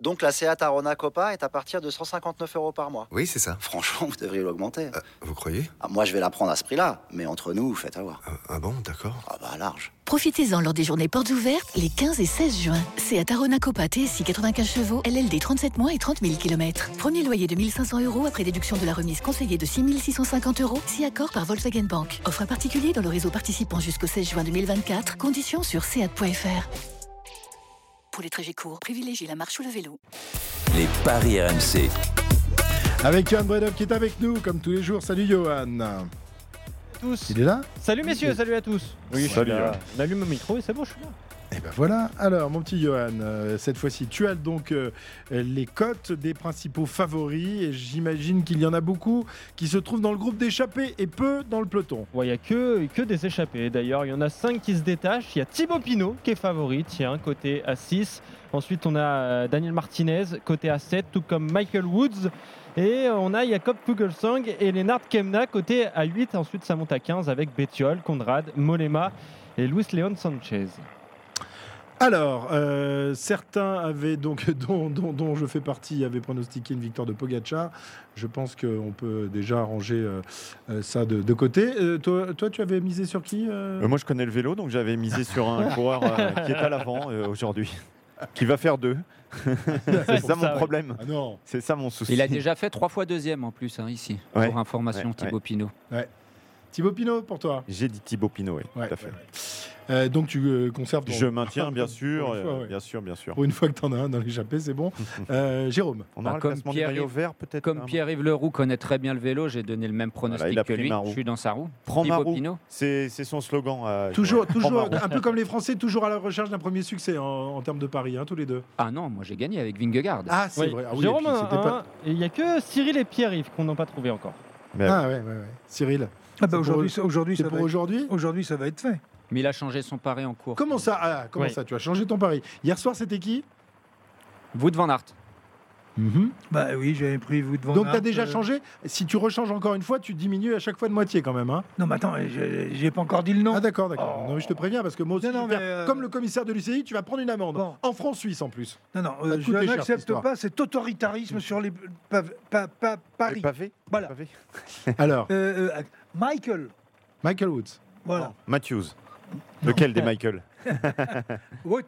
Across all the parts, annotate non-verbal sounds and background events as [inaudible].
Donc la Seat Arona Copa est à partir de 159 euros par mois. Oui, c'est ça. Franchement, [laughs] vous devriez l'augmenter. Euh, vous croyez Ah, moi, je vais la prendre à ce prix-là, mais entre nous, faites avoir. Euh, Ah bon, d'accord. Ah bah large. Profitez-en lors des journées portes ouvertes les 15 et 16 juin. C'est à Tarona Copa TSI 95 chevaux, LLD 37 mois et 30 000 km. Premier loyer de 1500 euros après déduction de la remise conseillée de 6 650 euros, si accord par Volkswagen Bank. Offre à particulier dans le réseau participant jusqu'au 16 juin 2024. Conditions sur seat.fr. Pour les trajets courts, privilégiez la marche ou le vélo. Les paris RMC. Avec Johan Bredov qui est avec nous, comme tous les jours. Salut Johan. tous. Il est là Salut messieurs, salut à tous. Oui, je suis salut, là. ouais. On allume mon micro et c'est bon, je suis là. Eh ben voilà. Alors, mon petit Johan, euh, cette fois-ci, tu as donc euh, les cotes des principaux favoris. Et j'imagine qu'il y en a beaucoup qui se trouvent dans le groupe d'échappés et peu dans le peloton. Ouais, il n'y a que, que des échappés d'ailleurs. Il y en a 5 qui se détachent. Il y a Thibaut Pinot qui est favori, tiens, côté à 6. Ensuite, on a euh, Daniel Martinez, côté à 7, tout comme Michael Woods. Et euh, on a Jakob Fuglsang et Lennart Kemna, côté à 8. Ensuite, ça monte à 15 avec Bettiol, Conrad, Molema et Luis Leon Sanchez. Alors, euh, certains avaient donc, [laughs] dont, dont, dont je fais partie, avaient pronostiqué une victoire de Pogacar. Je pense qu'on peut déjà ranger euh, euh, ça de, de côté. Euh, toi, toi, tu avais misé sur qui euh Euh, moi, je connais le vélo, donc j'avais misé [laughs] sur un coureur euh, qui est à l'avant euh, aujourd'hui, qui va faire deux. [laughs] c'est pour ça ça, mon ouais. problème. Ah non, C'est ça mon souci. Il a déjà fait trois fois deuxième en plus hein, ici, Ouais. pour information Ouais, Thibaut Pinot. Thibaut Pinot pour toi. J'ai dit Thibaut Pinot, oui, Ouais, tout à fait. ouais, ouais. Euh, donc tu euh, conserves ton- Je maintiens, [laughs] bien Pour sûr, une fois, euh, ouais. bien sûr, bien sûr. Pour une fois que t'en as un dans l'échappée, c'est bon. Euh, Jérôme. On Bah, aura comme le classement Pierre- des maillots verts, peut-être. euh, un Comme moment. Pierre-Yves Leroux connaît très bien le vélo, j'ai donné le même pronostic Voilà, il a que pris lui. ma roue. Je suis dans sa roue. Prends ma Thibaut roue. Pinot. C'est c'est son slogan. [laughs] euh, Toujours, ouais. Prends ma toujours, roue. un peu comme les Français, toujours à la recherche d'un premier succès en, en termes de paris, hein, tous les deux. Ah non, moi j'ai gagné avec Vingegaard. Ah, c'est Oui. vrai. Ah, oui, Jérôme, et puis en a c'était pas- un. Et il n'y a que Cyril et Pierre-Yves qu'on n'a pas trouvé encore. Mais- Ah, ouais, ouais, ouais. Cyril, Ah C'est bah aujourd'hui, pour- ça- aujourd'hui, c'est ça pour va être- aujourd'hui aujourd'hui, ça va être fait. Mais il a changé son pari en cours. Comment ça ah, Comment Oui. ça Tu as changé ton pari. Hier soir, c'était qui Wout van Aert. Mhm. Bah oui, j'avais pris vous devant. euh, Donc tu as déjà changé Si tu rechanges encore une fois, tu diminues à chaque fois de moitié quand même. hein. Non, mais attends, j'ai j'ai pas encore dit le nom. Ah d'accord, d'accord. Oh. Non, mais je te préviens parce que moi aussi, Non, non, je vais faire mais, euh, comme le commissaire de l'UCI, tu vas prendre une amende. Bon. En France suisse en plus. non, non, Ça euh, te je coûtait cher, cette n'accepte histoire. Mm. pas cet autoritarisme sur les pa- pa- pa- Les Paris. pavés Voilà. Pavé. Alors, Euh, euh, Michael, Michael Woods. voilà. Matthews. Lequel des Michael Wood.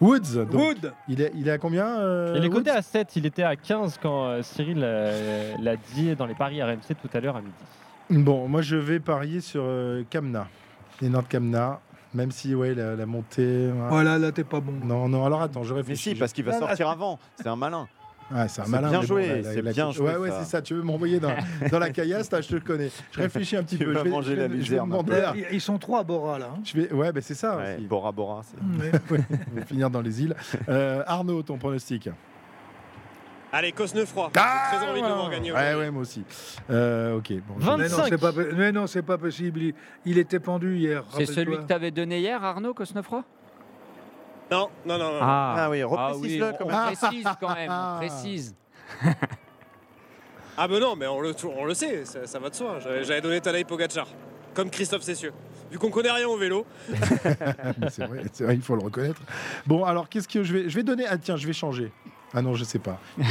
Woods, donc, Wood. Il, est, il est à combien euh, Il est coté Woods à 7, il était à 15 quand euh, Cyril euh, l'a dit dans les paris RMC tout à l'heure à midi. Bon, moi je vais parier sur euh, Kamna. Lennart Kamna. Même si, ouais, la, la montée. ouais. Voilà, Oh là, t'es pas bon. Non, non, alors attends, je Mais réfléchis. si, parce qu'il va Ah, là, sortir avant. C'est un malin. Ouais, c'est un C'est malin. bien mais joué, la- la- c'est la- bien joué, Ouais, ouais, ça. c'est ça. Tu veux m'envoyer [laughs] dans, dans la caillasse, là, je te le connais. Je réfléchis un petit Tu peu. vas je vais, manger je vais- la je vais misère, demander Là, à- ils- Ils sont trois à Bora, là. hein. Je vais, ouais, bah, c'est ça. Ouais, aussi. [laughs] Bora Bora. c'est- Mais- On va finir dans les îles. Euh, Arnaud, ton pronostic Allez, Cosnefroid. Ah, J'ai très envie de le voir gagner. Ouais, aujourd'hui. ouais, moi aussi. Euh, ok. Bon, je- 20. Mais non, 25. c'est pas, po- mais non, c'est pas possible. Il, il était pendu hier. C'est celui rappelle-toi. que t'avais donné hier, Arnaud Cosnefroy Non, non, non, non. Ah oui, reprécise-le on, quand on même. précise quand même, on précise. Ah ben non, mais on le, on le sait, ça, ça va de soi. J'avais j'avais donné Tadej Pogacar, comme Christophe Cessieux. Vu qu'on connaît rien au vélo, Ah, Mais c'est vrai, c'est vrai, il faut le reconnaître. Bon, alors qu'est-ce que je vais, je vais donner Ah tiens, je vais changer. Ah non, je sais pas. non,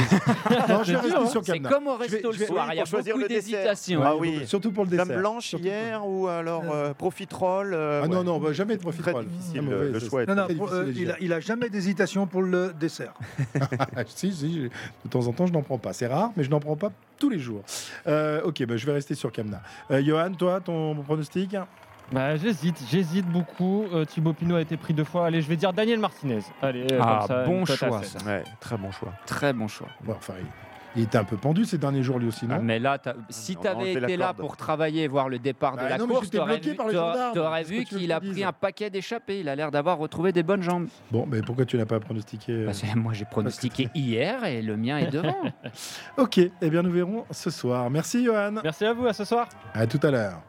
je vais rester sur C'est Kamna. comme au Je vais- resto je le vais- soir, oui, il y a pour choisir beaucoup le dessert. d'hésitation. Ah oui. Surtout pour le Dame dessert. blanche Surtout hier ou alors euh, profiterole euh, Ah non, ouais. non, bah, jamais de profiterole. Très difficile Ah, le- mauvais, le ça, choix. Non, non, Très pour- difficile à euh, il, digérer. a, il a jamais d'hésitation pour le dessert. Ah, si, si, j'ai- de temps en temps, je n'en prends pas. C'est rare, mais je n'en prends pas tous les jours. Euh, ok, bah, je vais rester sur Kamna. Euh, Johan, toi, ton pronostic Bah, j'hésite, j'hésite beaucoup. Euh, Thibaut Pinot a été pris deux fois. Allez, je vais dire Daniel Martinez. Allez, euh, Ah, comme ça, bon une cote à choix, sept. ça. Ouais, très bon choix. Très bon choix. Bon, Enfin, il, il était un peu pendu ces derniers jours, lui aussi, non Ah, mais là, t'as- si On a tu avais enlevé la été là corde. pour travailler et voir le départ de Bah la non, mais course, j'étais t'aurais bloqué vu, par les t'aurais- gendarmes. t'aurais Qu'est-ce vu que tu veux qu'il que je a te dise pris un paquet d'échappées. Il a l'air d'avoir retrouvé des bonnes jambes. Bon, mais pourquoi tu n'as pas pronostiqué euh, Bah, c'est- moi, j'ai pronostiqué hier et le mien est devant. Ok, eh bien nous verrons ce soir. Merci Johan. Merci à vous, à ce soir. À tout à l'heure.